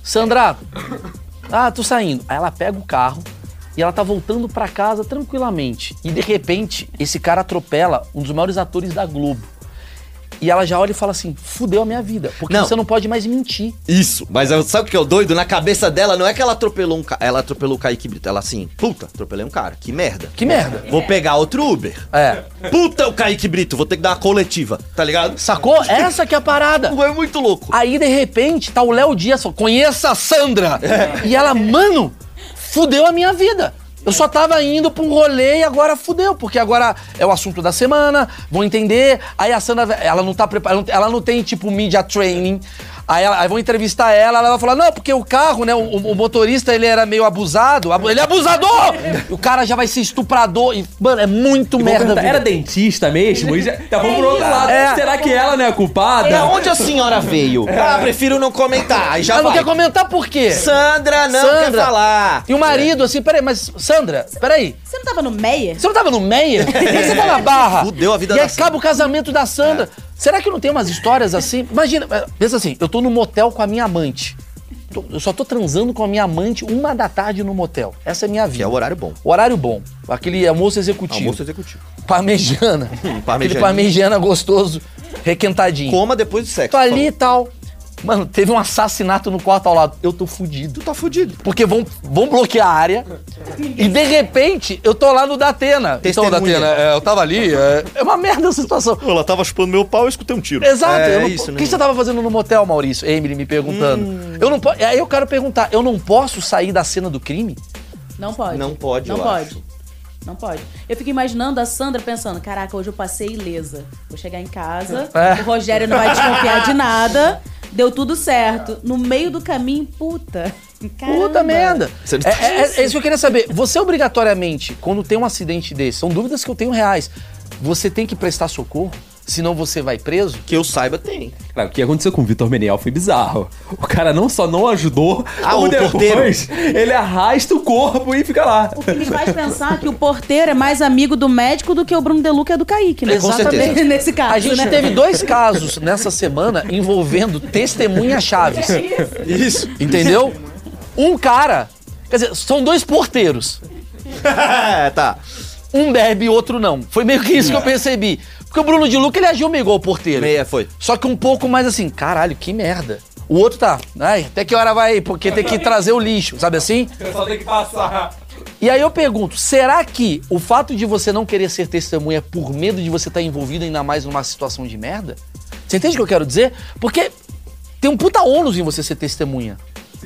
[SPEAKER 1] Sandra, ah, tô saindo. Aí ela pega o carro e ela tá voltando pra casa tranquilamente. E de repente, esse cara atropela um dos maiores atores da Globo. E ela já olha e fala assim: fudeu a minha vida, porque
[SPEAKER 2] Não.
[SPEAKER 1] você não pode mais mentir.
[SPEAKER 2] Isso, mas eu- sabe o que é o doido? Na cabeça dela não é que ela atropelou um cara. Ela atropelou o Kaique Brito. Ela assim, puta, atropelei um cara, que merda.
[SPEAKER 1] Que merda.
[SPEAKER 2] Vou pegar outro Uber.
[SPEAKER 1] É.
[SPEAKER 2] Puta o Kaique Brito, vou ter que dar uma coletiva, tá ligado?
[SPEAKER 1] Sacou? Essa que é a parada.
[SPEAKER 2] É muito louco.
[SPEAKER 1] Aí, de repente, tá o Léo Dias falando, conheça a Sandra! E ela, mano, fudeu a minha vida. Eu só tava indo pra um rolê e agora fudeu, porque agora é o assunto da semana, vão entender. Aí a Sandra, ela não tá preparada, ela não tem, tipo, media training. Aí, ela- aí vão entrevistar ela, ela vai falar, não, porque o carro, né, o, o motorista, ele era meio abusado. abu- Ele é abusador! o cara já vai ser estuprador. E, mano, é muito
[SPEAKER 4] Eu vou
[SPEAKER 1] merda.
[SPEAKER 4] perguntar,
[SPEAKER 1] vida.
[SPEAKER 4] Era dentista mesmo? E já, já vamos pro outro lado.
[SPEAKER 1] É.
[SPEAKER 4] Será que ela não é a culpada?
[SPEAKER 2] Da onde a senhora veio? Ah, prefiro não comentar. Aí já
[SPEAKER 1] ela É. não
[SPEAKER 2] vai.
[SPEAKER 1] quer comentar por quê?
[SPEAKER 2] Sandra não quer falar.
[SPEAKER 1] E o marido, assim, peraí, mas Sandra, peraí.
[SPEAKER 3] Você não tava no Meyer?
[SPEAKER 1] Você não tava no Meia? Por que você tá na barra?
[SPEAKER 2] Fudeu a vida
[SPEAKER 1] E
[SPEAKER 2] da É.
[SPEAKER 1] aí acaba o casamento da Sandra. Será que não tem umas histórias assim? Imagina, é, pensa assim, eu tô no motel com a minha amante. Tô- Eu só tô transando com a minha amante uma da tarde no motel. Essa é minha vida.
[SPEAKER 2] Que é o horário bom.
[SPEAKER 1] Horário bom. Aquele almoço executivo.
[SPEAKER 2] Almoço é executivo.
[SPEAKER 1] Parmegiana. Aquele
[SPEAKER 2] parmegianinha.
[SPEAKER 1] parmegiana gostoso, requentadinho.
[SPEAKER 2] Coma depois do sexo.
[SPEAKER 1] Tô ali e
[SPEAKER 2] por favor.
[SPEAKER 1] tal. Mano, teve um assassinato no quarto ao lado. Eu tô fudido.
[SPEAKER 2] Tu tá fudido.
[SPEAKER 1] Porque vão, vão bloquear a área. E de repente, eu tô lá no Datena.
[SPEAKER 2] Testemunha.
[SPEAKER 1] é, eu tava ali. É, é uma merda essa situação.
[SPEAKER 2] Ela tava chupando meu pau e escutei um tiro.
[SPEAKER 1] Exato.
[SPEAKER 2] É, Hum.
[SPEAKER 1] eu não-
[SPEAKER 2] isso,
[SPEAKER 1] o
[SPEAKER 2] né?
[SPEAKER 1] que você tava fazendo no motel, Maurício? Emily me perguntando. Eu não po- Aí eu quero perguntar: eu não posso sair da cena do crime?
[SPEAKER 3] Não pode.
[SPEAKER 2] Não pode,
[SPEAKER 3] Não
[SPEAKER 2] eu
[SPEAKER 3] pode.
[SPEAKER 2] acho.
[SPEAKER 3] Não pode. Eu fico imaginando a Sandra pensando: caraca, hoje eu passei ilesa. Vou chegar em casa,
[SPEAKER 1] É.
[SPEAKER 3] o Rogério não vai desconfiar de nada. Deu tudo certo. No meio do caminho, puta.
[SPEAKER 1] Puta
[SPEAKER 3] Caramba.
[SPEAKER 1] merda.
[SPEAKER 2] Você não
[SPEAKER 1] É,
[SPEAKER 2] tá-
[SPEAKER 1] é- é isso que eu queria saber. Você, obrigatoriamente, quando tem um acidente desse, são dúvidas que eu tenho reais, você tem que prestar socorro? Senão você vai preso?
[SPEAKER 2] Que eu saiba, tem.
[SPEAKER 4] Cara, o que aconteceu com o Vitor Meniel foi bizarro. O cara não só não ajudou,
[SPEAKER 2] Ah,
[SPEAKER 4] como
[SPEAKER 2] o
[SPEAKER 4] depois ele arrasta o corpo e fica lá.
[SPEAKER 3] O que me faz pensar que o porteiro é mais amigo do médico do que o Bruno Deluca é do Kaique, né?
[SPEAKER 1] Com certeza.
[SPEAKER 3] Exatamente. Nesse caso,
[SPEAKER 1] A gente
[SPEAKER 3] né?
[SPEAKER 1] teve dois casos nessa semana envolvendo testemunha chaves.
[SPEAKER 2] Isso.
[SPEAKER 1] Entendeu? Um cara. Quer dizer, são dois porteiros.
[SPEAKER 2] é, tá.
[SPEAKER 1] Um bebe e outro não. Foi meio que isso que eu percebi. Porque o Bruno de Luca, ele agiu meio igual o porteiro.
[SPEAKER 2] Meia foi.
[SPEAKER 1] Só que um pouco mais assim, caralho, que merda. O outro tá, ai, até que hora vai, porque tem que trazer o lixo, sabe assim?
[SPEAKER 4] Eu só tenho que passar.
[SPEAKER 1] E aí eu pergunto, será que o fato de você não querer ser testemunha é por medo de você estar envolvido ainda mais numa situação de merda? Você entende o que eu quero dizer? Porque tem um puta ônus em você ser testemunha.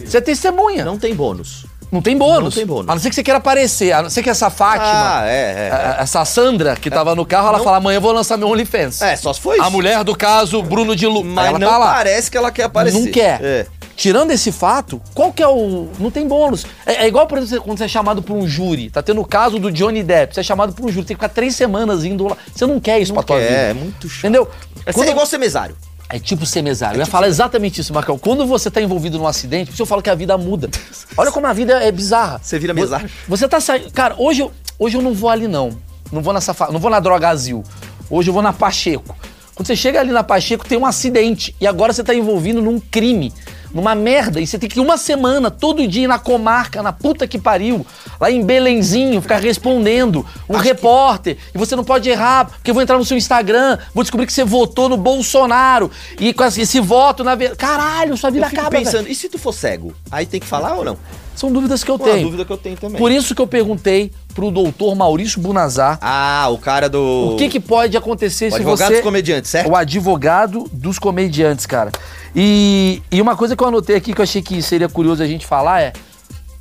[SPEAKER 1] Você é testemunha. Não,
[SPEAKER 2] Não tem bônus.
[SPEAKER 1] tem bônus.
[SPEAKER 2] não tem bônus.
[SPEAKER 1] A não ser que você queira aparecer. A não ser que essa Fátima,
[SPEAKER 2] Ah, é, é.
[SPEAKER 1] a- essa Sandra que tava no carro, ela fala, amanhã eu vou lançar meu OnlyFans.
[SPEAKER 2] É, só se foi
[SPEAKER 1] A mulher do caso, Bruno de Lu.
[SPEAKER 2] Mas
[SPEAKER 1] ela
[SPEAKER 2] não
[SPEAKER 1] tá lá.
[SPEAKER 2] parece que ela quer aparecer.
[SPEAKER 1] Não quer.
[SPEAKER 2] É.
[SPEAKER 1] Tirando esse fato, qual que é o. Não tem bônus. É, é igual, por exemplo, quando você é chamado por um júri. Tá tendo o caso do Johnny Depp. Você é chamado por um júri. Tem que ficar três semanas indo lá. Você não quer isso pra tua
[SPEAKER 2] quer,
[SPEAKER 1] vida.
[SPEAKER 2] é muito chato.
[SPEAKER 1] Entendeu?
[SPEAKER 2] É
[SPEAKER 1] Quando-
[SPEAKER 2] ser igual ser mesário.
[SPEAKER 1] É tipo ser mesário. eu ia falar exatamente isso, Marcão. Quando você tá envolvido num acidente, por isso eu falo que a vida muda. Olha como a vida é bizarra.
[SPEAKER 2] Você vira mesário.
[SPEAKER 1] Você tá saindo. Cara, hoje eu, hoje eu não vou ali, não. Não vou nessa fa... Não vou na Drogazil. Hoje eu vou na Pacheco. Quando você chega ali na Pacheco, tem um acidente. E agora você tá envolvido num crime, numa merda. E você tem que ir uma semana, todo dia, ir na comarca, na puta que pariu, lá em Belenzinho, ficar respondendo. Um repórter. E você não pode errar, porque eu vou entrar no seu Instagram, vou descobrir que você votou no Bolsonaro. E com esse voto, na verdade. Caralho, sua vida
[SPEAKER 2] Eu fico
[SPEAKER 1] acaba. velho.
[SPEAKER 2] pensando, e se tu for cego? Aí tem que falar ou não?
[SPEAKER 1] São dúvidas que eu
[SPEAKER 2] Uma
[SPEAKER 1] tenho.
[SPEAKER 2] dúvida que eu tenho também.
[SPEAKER 1] Por isso que eu perguntei pro doutor Maurício Bunazar
[SPEAKER 2] Ah, o cara do...
[SPEAKER 1] o que, que pode acontecer
[SPEAKER 2] O
[SPEAKER 1] se
[SPEAKER 2] advogado
[SPEAKER 1] você...
[SPEAKER 2] dos comediantes, certo?
[SPEAKER 1] O advogado dos comediantes, cara. E, e uma coisa que eu anotei aqui que eu achei que seria curioso a gente falar é...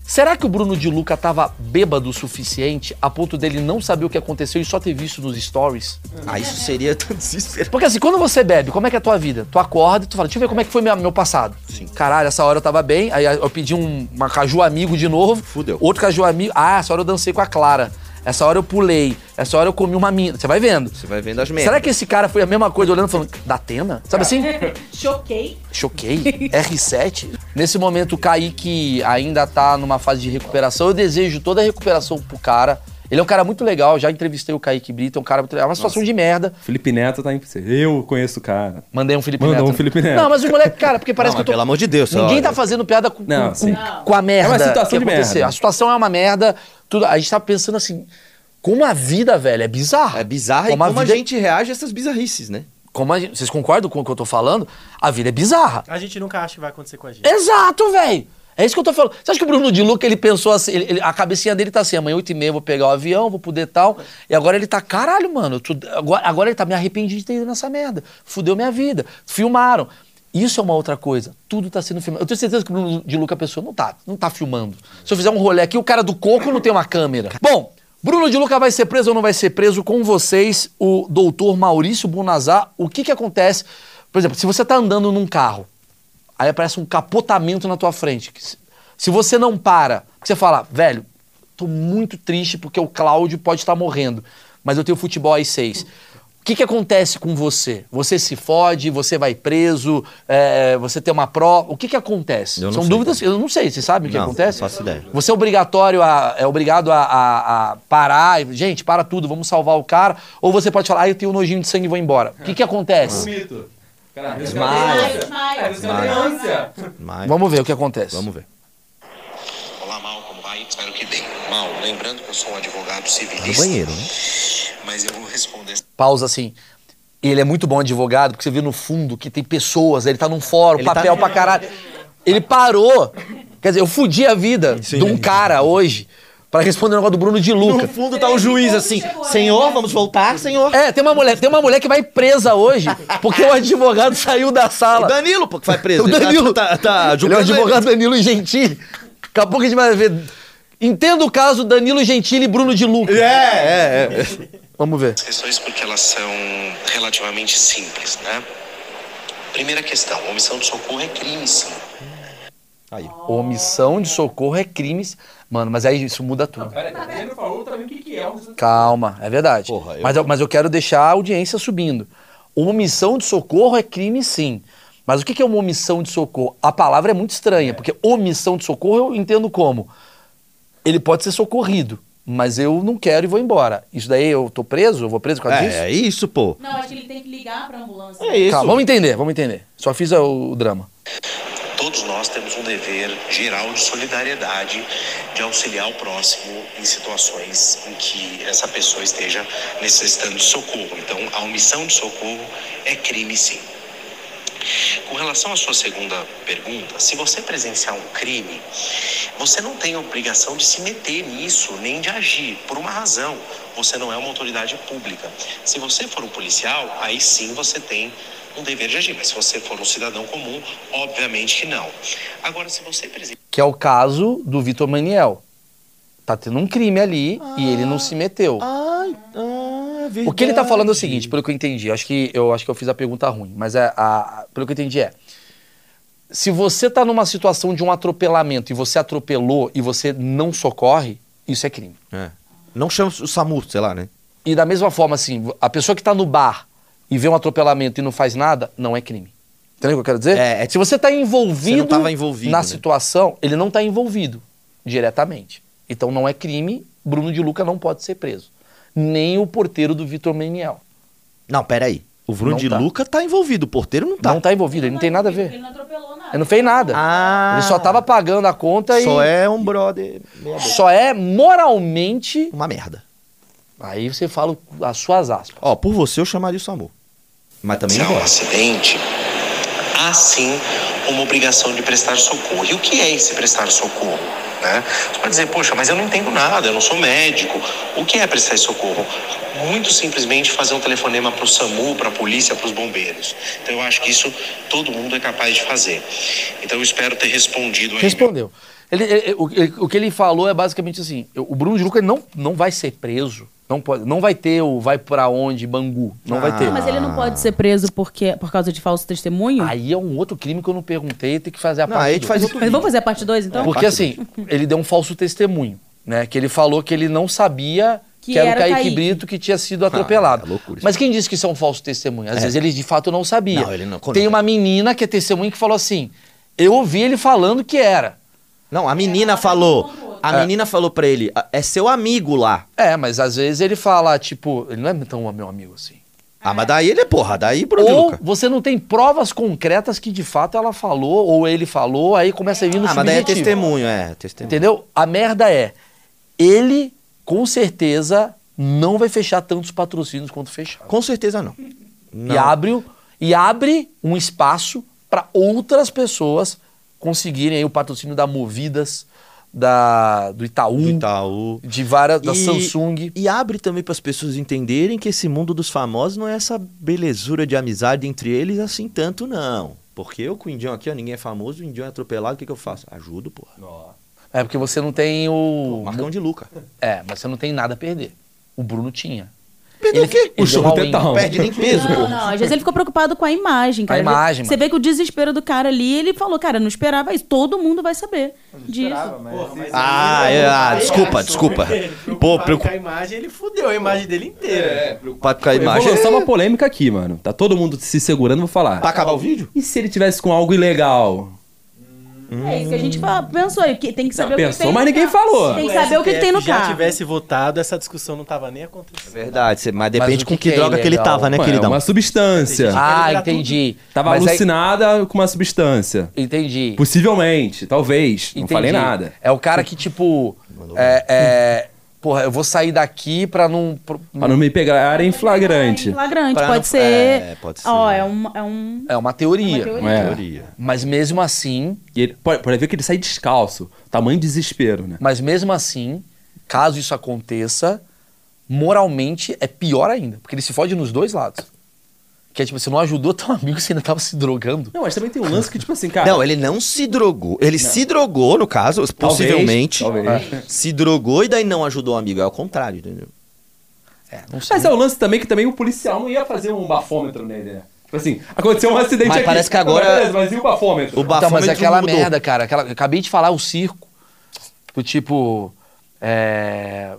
[SPEAKER 1] Será que o Bruno de Luca tava bêbado o suficiente a ponto dele não saber o que aconteceu e só ter visto nos stories?
[SPEAKER 2] Ah, isso seria tão desesperado.
[SPEAKER 1] Porque assim, quando você bebe, como é que é a tua vida? Tu acorda e tu fala, deixa eu ver como é que foi minha- meu passado. Sim. Caralho, essa hora eu tava bem, aí eu pedi um uma caju amigo de novo.
[SPEAKER 2] Fudeu.
[SPEAKER 1] Outro caju amigo. Ah, essa hora eu dancei com a Clara. Essa hora eu pulei. Essa hora eu comi uma mina. Você vai vendo.
[SPEAKER 2] Você vai vendo as merdas.
[SPEAKER 1] Será que esse cara foi a mesma coisa olhando e falando, da Atena? Sabe assim?
[SPEAKER 2] É.
[SPEAKER 3] Choquei.
[SPEAKER 1] Choquei. R7. Nesse momento, o Kaique ainda tá numa fase de recuperação. Eu desejo toda a recuperação pro cara. Ele é um cara muito legal, já entrevistei o Kaique Brito, é um cara muito legal. É uma situação de merda.
[SPEAKER 4] Felipe Neto tá em... Eu conheço o cara.
[SPEAKER 1] Mandei um Felipe
[SPEAKER 4] Mandou
[SPEAKER 1] Neto.
[SPEAKER 4] um
[SPEAKER 1] né?
[SPEAKER 4] Felipe Neto.
[SPEAKER 1] Não, mas os moleques, cara, porque parece
[SPEAKER 2] Não, mas
[SPEAKER 1] que eu tô...
[SPEAKER 2] pelo amor de Deus, só-
[SPEAKER 1] Ninguém tá fazendo piada com,
[SPEAKER 4] Não,
[SPEAKER 1] com-
[SPEAKER 4] sim.
[SPEAKER 1] com- com a merda
[SPEAKER 4] É uma situação
[SPEAKER 1] que
[SPEAKER 4] de
[SPEAKER 1] aconteceu.
[SPEAKER 4] merda.
[SPEAKER 1] A situação é uma merda. Tudo... A gente tá pensando assim, como a vida, velho, é bizarra.
[SPEAKER 2] É bizarro
[SPEAKER 1] como
[SPEAKER 2] e como
[SPEAKER 1] a vida...
[SPEAKER 2] a gente reage a essas bizarrices, né?
[SPEAKER 1] Como a gente... Vocês concordam com o que eu tô falando? A vida é bizarra.
[SPEAKER 5] A gente nunca acha que vai acontecer com a gente.
[SPEAKER 1] Exato, velho. É isso que eu tô falando. Você acha que o Bruno de Luca, ele pensou assim, ele- ele- a cabecinha dele tá assim, amanhã 8 e meia eu vou pegar o avião, vou poder tal. E agora ele tá, caralho, mano, eu tô- agora, agora ele tá me arrependido de ter ido nessa merda. Fudeu minha vida. Filmaram. Isso é uma outra coisa. Tudo tá sendo filmado. Eu tenho certeza que o Bruno de Luca pensou, não tá, não tá filmando. Se eu fizer um rolê aqui, o cara do coco não tem uma câmera. Bom, Bruno de Luca vai ser preso ou não vai ser preso? Com vocês, o doutor Maurício Bunazar. O que que acontece? Por exemplo, se você tá andando num carro, Aí aparece um capotamento na tua frente. Que se- Se você não para, porque você fala, velho, tô muito triste porque o Cláudio pode estar morrendo, mas eu tenho futebol às seis. O que, que acontece com você? Você se fode, você vai preso, é, você tem uma pró. O que, que acontece?
[SPEAKER 2] Eu não
[SPEAKER 1] São
[SPEAKER 2] sei.
[SPEAKER 1] dúvidas, eu não sei, você sabe o que
[SPEAKER 2] Não,
[SPEAKER 1] acontece?
[SPEAKER 2] não faço ideia.
[SPEAKER 1] Você é obrigatório a, é obrigado a, a- a parar, e, gente, para tudo, vamos salvar o cara. Ou você pode falar, ah, eu tenho nojinho de sangue e vou embora. O que, que acontece?
[SPEAKER 4] Mito. Caralho,
[SPEAKER 2] Ah, Smile. Mas...
[SPEAKER 1] Vamos ver o que acontece.
[SPEAKER 2] Vamos ver.
[SPEAKER 6] Olá, Mal, como vai? Espero que bem. Mal, lembrando que eu sou um advogado civilista.
[SPEAKER 2] No banheiro, né?
[SPEAKER 6] Mas eu vou responder
[SPEAKER 1] pausa assim. Ele é muito bom advogado, porque você vê no fundo que tem pessoas, ele tá num fórum,
[SPEAKER 2] Ele
[SPEAKER 1] papel
[SPEAKER 2] tá-
[SPEAKER 1] pra caralho. Ele parou. Quer dizer, eu fudi a vida de um cara hoje pra responder o negócio do Bruno de
[SPEAKER 2] No
[SPEAKER 1] Luca.
[SPEAKER 2] fundo tá o juiz assim, senhor, vamos voltar, senhor.
[SPEAKER 1] É, tem uma mulher, tem uma mulher que vai presa hoje, porque o advogado saiu da
[SPEAKER 2] O
[SPEAKER 1] sala.
[SPEAKER 2] Danilo, pô, que vai preso.
[SPEAKER 1] O
[SPEAKER 2] ele tá-
[SPEAKER 1] Danilo.
[SPEAKER 2] Tá, tá
[SPEAKER 1] Ele é o
[SPEAKER 2] julgando
[SPEAKER 1] advogado Danilo Gentili. Daqui a pouco a gente vai ver. Entenda o caso Danilo Gentili e Bruno de Luca.
[SPEAKER 2] ele. É, é, é.
[SPEAKER 1] Vamos ver.
[SPEAKER 6] as questões porque elas são relativamente simples, né? Primeira questão, omissão de socorro é crime, sim.
[SPEAKER 2] Aí.
[SPEAKER 1] Omissão de socorro é crimes. Mano, mas aí isso muda tudo.
[SPEAKER 4] Peraí, tá vendo? Falou também o que, que é um
[SPEAKER 1] Calma, é verdade.
[SPEAKER 2] Porra, eu-
[SPEAKER 1] Mas, eu, mas eu quero deixar a audiência subindo. Uma omissão de socorro é crime, sim. Mas o que que é uma omissão de socorro? A palavra é muito estranha, porque omissão de socorro eu entendo como. Ele pode ser socorrido, mas eu não quero e vou embora. Isso daí eu tô preso? Eu vou preso por causa Tá disso?
[SPEAKER 2] É, é isso, pô.
[SPEAKER 3] Não, acho que ele tem que ligar pra ambulância.
[SPEAKER 2] É isso.
[SPEAKER 1] Calma, vamos entender, vamos entender. Só fiz o, o drama.
[SPEAKER 6] Todos nós temos um dever geral de solidariedade, de auxiliar o próximo em situações em que essa pessoa esteja necessitando de socorro. Então, a omissão de socorro é crime, sim. Com relação à sua segunda pergunta, se você presenciar um crime, você não tem a obrigação de se meter nisso, nem de agir, por uma razão. Você não é uma autoridade pública. Se você for um policial, aí sim você tem um dever de agir. Mas se você for um cidadão comum, obviamente que não. Agora, se você presenciar
[SPEAKER 1] Que é o caso do Vitor Maniel. Tá tendo um crime ali e ele não se meteu.
[SPEAKER 2] Ai, ah, é verdade.
[SPEAKER 1] O que ele tá falando é o seguinte, pelo que eu entendi, acho que eu acho que eu fiz a pergunta ruim, mas é a- pelo que eu entendi é se você tá numa situação de um atropelamento e você atropelou e você não socorre, isso é crime.
[SPEAKER 2] É. Não chama o SAMU, sei lá, né?
[SPEAKER 1] E da mesma forma assim, a pessoa que tá no bar e vê um atropelamento e não faz nada, não é crime. Entendeu o que eu quero dizer?
[SPEAKER 2] É, é
[SPEAKER 1] se você tá envolvido,
[SPEAKER 2] Você não tava envolvido,
[SPEAKER 1] na
[SPEAKER 2] né?
[SPEAKER 1] situação, ele não tá envolvido diretamente. Então não é crime, Bruno de Luca não pode ser preso. Nem o porteiro do Vitor Meniel.
[SPEAKER 2] Não, peraí. O Bruno
[SPEAKER 1] Não
[SPEAKER 2] de
[SPEAKER 1] tá.
[SPEAKER 2] Luca tá envolvido, o porteiro não tá.
[SPEAKER 1] Não tá envolvido, ele não tem nada a ver.
[SPEAKER 3] Ele não atropelou nada.
[SPEAKER 1] Ele não fez nada.
[SPEAKER 2] Ah.
[SPEAKER 1] Ele só tava pagando a conta
[SPEAKER 2] Só
[SPEAKER 1] e.
[SPEAKER 2] é um brother. meia boca.
[SPEAKER 1] Só é moralmente.
[SPEAKER 2] Uma merda.
[SPEAKER 1] Aí você fala as suas aspas.
[SPEAKER 2] Ó, por você eu chamaria o SAMU. Mas também
[SPEAKER 6] se
[SPEAKER 2] não
[SPEAKER 6] há um
[SPEAKER 2] gosto.
[SPEAKER 6] acidente, há sim uma obrigação de prestar socorro. E o que é esse prestar socorro? Né? Você pode dizer, poxa, mas eu não entendo nada, eu não sou médico. O que é prestar socorro? Muito simplesmente fazer um telefonema para o SAMU, para a polícia, para os bombeiros. Então eu acho que isso todo mundo é capaz de fazer. Então eu espero ter respondido aí.
[SPEAKER 1] Respondeu. Ele- ele- o, ele- o que ele falou é basicamente assim: o Bruno de Luca ele não, não vai ser preso. Não, pode, não vai ter o vai pra onde, Bangu. Não
[SPEAKER 2] Ah.
[SPEAKER 1] vai ter.
[SPEAKER 3] Não, mas ele não pode ser preso porque, por causa de falso testemunho?
[SPEAKER 1] Aí é um outro crime que eu não perguntei, tem que fazer a
[SPEAKER 2] Não,
[SPEAKER 1] parte
[SPEAKER 2] aí a gente
[SPEAKER 1] dois.
[SPEAKER 2] faz outro
[SPEAKER 3] Mas
[SPEAKER 2] vídeo.
[SPEAKER 3] vamos fazer a parte 2, então?
[SPEAKER 1] Porque
[SPEAKER 2] parte
[SPEAKER 1] assim, ele deu um falso testemunho, né? Que ele falou que ele não sabia que,
[SPEAKER 3] Que
[SPEAKER 1] era o
[SPEAKER 3] era o
[SPEAKER 1] Kaique,
[SPEAKER 3] Kaique.
[SPEAKER 1] Brito que tinha sido atropelado.
[SPEAKER 2] é loucura isso.
[SPEAKER 1] Mas quem disse que isso é um falso testemunho? Às vezes ele de fato não sabia.
[SPEAKER 2] Não, ele não-
[SPEAKER 1] Tem uma menina que é testemunha que falou assim: eu ouvi ele falando que era.
[SPEAKER 2] Não, a menina falou. A menina falou pra ele, "Ah, é seu amigo lá.
[SPEAKER 1] É, mas às vezes ele fala, tipo, ele não é tão meu amigo assim.
[SPEAKER 2] Ah, mas daí ele é porra, daí Bruno de
[SPEAKER 1] ou
[SPEAKER 2] Luca.
[SPEAKER 1] você não tem provas concretas que de fato ela falou, ou ele falou, aí começa a vir no
[SPEAKER 2] Ah, mas daí é
[SPEAKER 1] subjetivo.
[SPEAKER 2] testemunho, é. Testemunho.
[SPEAKER 1] Entendeu? A merda é, ele com certeza não vai fechar tantos patrocínios quanto fechar.
[SPEAKER 2] Com certeza não.
[SPEAKER 1] E
[SPEAKER 2] Não.
[SPEAKER 1] abre, o- e abre um espaço para outras pessoas conseguirem aí o patrocínio da Movidas, da, do Itaú,
[SPEAKER 2] Do Itaú.
[SPEAKER 1] de várias, da
[SPEAKER 2] E-
[SPEAKER 1] Samsung.
[SPEAKER 2] E abre também para as pessoas entenderem que esse mundo dos famosos não é essa belezura de amizade entre eles assim tanto, não. Porque eu com o Indião aqui, ó, ninguém é famoso, o Indião é atropelado, o que, que eu faço? Ajudo, porra.
[SPEAKER 1] É porque você não tem o.
[SPEAKER 2] Marcão de Luca.
[SPEAKER 1] É, mas você não tem nada a perder. O Bruno tinha.
[SPEAKER 2] Perdeu o quê?
[SPEAKER 1] ele
[SPEAKER 4] Puxou
[SPEAKER 1] deu
[SPEAKER 4] o
[SPEAKER 1] all-in.
[SPEAKER 4] tetão.
[SPEAKER 2] Perde nem peso,
[SPEAKER 3] Não,
[SPEAKER 2] porra.
[SPEAKER 3] não, às vezes ele ficou preocupado com a imagem, cara.
[SPEAKER 1] a imagem,
[SPEAKER 3] Você vê que o desespero do cara ali, ele falou, cara, eu não esperava isso. Todo mundo vai saber disso.
[SPEAKER 2] Ah, é, ah, desculpa, desculpa. Pô,
[SPEAKER 7] preocupa...
[SPEAKER 2] preocupado
[SPEAKER 7] a imagem, ele fudeu a imagem dele inteira.
[SPEAKER 2] com a
[SPEAKER 4] Eu vou
[SPEAKER 2] imagem.
[SPEAKER 4] lançar uma polêmica aqui, mano. Tá todo mundo se segurando, vou falar.
[SPEAKER 2] Pra
[SPEAKER 1] Ah.
[SPEAKER 2] acabar o vídeo?
[SPEAKER 4] E se ele tivesse com algo ilegal?
[SPEAKER 3] É isso que a gente fala, pensou aí, que tem que saber o que
[SPEAKER 4] pensou,
[SPEAKER 3] tem no
[SPEAKER 4] mas ninguém
[SPEAKER 3] carro.
[SPEAKER 4] falou.
[SPEAKER 3] Tem que saber é o que, que tem no
[SPEAKER 7] Se é já
[SPEAKER 3] carro.
[SPEAKER 7] tivesse votado, essa discussão não tava nem acontecendo.
[SPEAKER 2] É Verdade, cê- mas depende
[SPEAKER 1] o
[SPEAKER 2] com
[SPEAKER 1] que
[SPEAKER 2] que,
[SPEAKER 1] que é
[SPEAKER 2] droga que ele
[SPEAKER 1] ilegal?
[SPEAKER 2] tava, né,
[SPEAKER 4] Mano, é
[SPEAKER 2] queridão?
[SPEAKER 4] uma substância.
[SPEAKER 1] Ah,
[SPEAKER 7] era
[SPEAKER 1] entendi.
[SPEAKER 4] Tava
[SPEAKER 1] Mas aí-
[SPEAKER 4] alucinada com uma substância.
[SPEAKER 1] Entendi.
[SPEAKER 4] Possivelmente, talvez. Não
[SPEAKER 1] Entendi.
[SPEAKER 4] falei nada.
[SPEAKER 1] É o cara que, tipo. É, é, porra, eu vou sair daqui pra não. pro-
[SPEAKER 4] Pra não me pegarem é em flagrante.
[SPEAKER 3] Flagrante,
[SPEAKER 2] Pra
[SPEAKER 3] pode
[SPEAKER 2] não-
[SPEAKER 3] ser.
[SPEAKER 2] É, pode ser.
[SPEAKER 3] Ó, é um. É um...
[SPEAKER 1] É uma teoria.
[SPEAKER 3] É uma teoria.
[SPEAKER 4] É.
[SPEAKER 2] Teoria.
[SPEAKER 1] Mas mesmo assim,
[SPEAKER 4] E ele, pode, pode ver que ele sai descalço. Tamanho desespero, né?
[SPEAKER 1] mas mesmo assim, caso isso aconteça, moralmente é pior ainda. Porque ele se fode nos dois lados. Que é tipo, você não ajudou teu amigo, você ainda tava se drogando.
[SPEAKER 4] Não, mas também tem um lance que, tipo assim, cara.
[SPEAKER 2] Não, é- ele não se drogou. Ele se drogou, no caso, possivelmente.
[SPEAKER 4] talvez.
[SPEAKER 2] É. Se drogou e daí não ajudou o amigo. É o contrário, entendeu?
[SPEAKER 1] É, não sei.
[SPEAKER 4] Mas é o lance também que também o policial não ia fazer um bafômetro nele, né? Tipo assim, aconteceu um acidente
[SPEAKER 2] Mas
[SPEAKER 4] aqui.
[SPEAKER 2] parece que agora-
[SPEAKER 4] Beleza, mas e o bafômetro?
[SPEAKER 2] O
[SPEAKER 1] Então, mas
[SPEAKER 2] bafômetro
[SPEAKER 1] é aquela
[SPEAKER 2] mudou.
[SPEAKER 1] merda, cara. Aquela, eu acabei de falar o circo. Do tipo. é,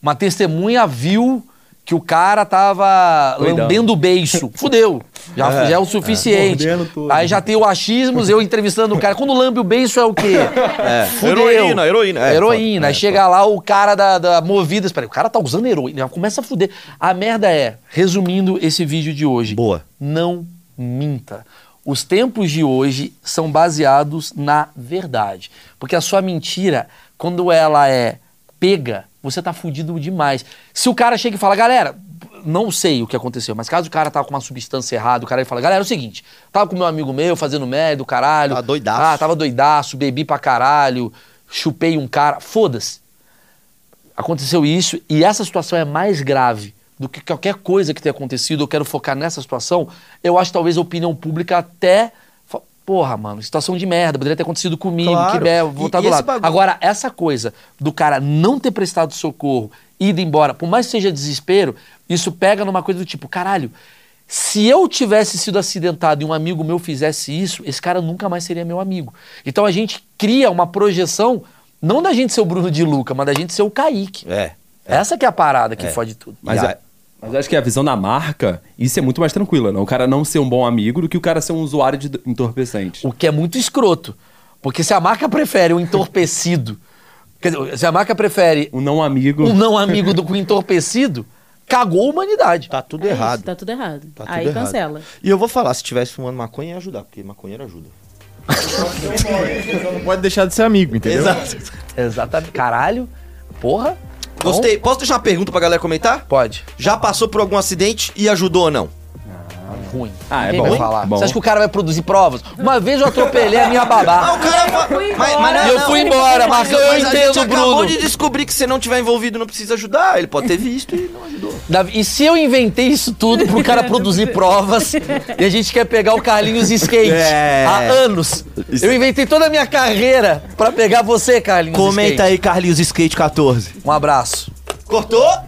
[SPEAKER 1] uma testemunha viu que o cara tava
[SPEAKER 4] Doidão.
[SPEAKER 1] lambendo o beiço. Fudeu. Já, já é, o suficiente.
[SPEAKER 4] Mordendo tudo.
[SPEAKER 1] Aí já tem o achismos, eu entrevistando o cara. Quando lambe o beiço é o quê?
[SPEAKER 2] É.
[SPEAKER 1] Fudeu.
[SPEAKER 2] Heroína, heroína. É,
[SPEAKER 1] heroína.
[SPEAKER 2] foda.
[SPEAKER 1] Aí
[SPEAKER 2] É,
[SPEAKER 1] chega lá o cara da, da Movidas. Peraí, o cara tá usando heroína. Já começa a fuder. A merda é, resumindo esse vídeo de hoje.
[SPEAKER 2] Boa.
[SPEAKER 1] Não minta. Os tempos de hoje são baseados na verdade. Porque a sua mentira, quando ela é pega, você tá fudido demais. Se o cara chega e fala, galera, não sei o que aconteceu, mas caso o cara tava com uma substância errada, o cara ele fala, galera, é o seguinte, tava com meu amigo meu fazendo merda, o caralho.
[SPEAKER 2] Tava doidaço.
[SPEAKER 1] Ah, tava doidaço, bebi pra caralho, chupei um cara. Foda-se. Aconteceu isso e essa situação é mais grave do que qualquer coisa que tenha acontecido. Eu quero focar nessa situação. Eu acho que talvez a opinião pública até. fa- Porra, mano, situação de merda, poderia ter acontecido comigo,
[SPEAKER 2] Claro.
[SPEAKER 1] que merda, vou
[SPEAKER 2] E-
[SPEAKER 1] estar
[SPEAKER 2] e
[SPEAKER 1] do
[SPEAKER 2] esse
[SPEAKER 1] lado.
[SPEAKER 2] bagulho-
[SPEAKER 1] Agora, essa coisa do cara não ter prestado socorro, ido embora, por mais que seja desespero, isso pega numa coisa do tipo, caralho, se eu tivesse sido acidentado e um amigo meu fizesse isso, esse cara nunca mais seria meu amigo. Então a gente cria uma projeção, não da gente ser o Bruno de Luca, mas da gente ser o Kaique.
[SPEAKER 2] É.
[SPEAKER 1] Essa que é a parada que fode tudo.
[SPEAKER 4] Mas,
[SPEAKER 1] E a-
[SPEAKER 4] a- mas eu acho que a visão da marca, isso é muito mais tranquila, né? O cara não ser um bom amigo do que o cara ser um usuário de entorpecente.
[SPEAKER 1] O que é muito escroto. Porque se a marca prefere o entorpecido, quer dizer, se a marca prefere
[SPEAKER 4] Um não amigo.
[SPEAKER 1] um não amigo do que o entorpecido, cagou a humanidade.
[SPEAKER 2] Tá tudo
[SPEAKER 3] É isso,
[SPEAKER 2] errado.
[SPEAKER 3] tá tudo errado.
[SPEAKER 2] Tá tudo
[SPEAKER 3] Aí
[SPEAKER 2] errado.
[SPEAKER 3] cancela.
[SPEAKER 2] E eu vou falar, se tivesse fumando maconha, ia ajudar, porque maconheiro ajuda.
[SPEAKER 8] Não pode deixar de ser amigo, entendeu?
[SPEAKER 1] Então? Exatamente. Caralho. Porra. Então,
[SPEAKER 2] Gostei. Posso deixar uma pergunta pra galera comentar?
[SPEAKER 1] Pode.
[SPEAKER 2] Já passou por algum acidente e ajudou ou não?
[SPEAKER 1] Ruim.
[SPEAKER 4] Ah, é
[SPEAKER 1] Ninguém
[SPEAKER 4] bom.
[SPEAKER 1] vai falar.
[SPEAKER 4] Bom.
[SPEAKER 1] Você acha que o cara vai produzir provas? Uma vez eu atropelei a minha babá.
[SPEAKER 2] o cara fa-
[SPEAKER 3] fui
[SPEAKER 2] mas-
[SPEAKER 3] embora.
[SPEAKER 2] mas não, é
[SPEAKER 1] E eu
[SPEAKER 2] não.
[SPEAKER 1] fui embora,
[SPEAKER 2] Mas-
[SPEAKER 1] Marcão, eu
[SPEAKER 2] mas a gente
[SPEAKER 1] entendo,
[SPEAKER 2] acabou
[SPEAKER 1] Bruno.
[SPEAKER 2] de descobrir que se não tiver envolvido não precisa ajudar. Ele pode ter visto e não ajudou.
[SPEAKER 1] Davi, E se eu inventei isso tudo pro cara produzir provas e a gente quer pegar o Carlinhos Skate
[SPEAKER 2] É.
[SPEAKER 1] há anos? Eu inventei toda a minha carreira pra pegar você, Carlinhos Skate.
[SPEAKER 2] aí, Carlinhos Skate 14.
[SPEAKER 1] Um abraço.
[SPEAKER 2] Cortou?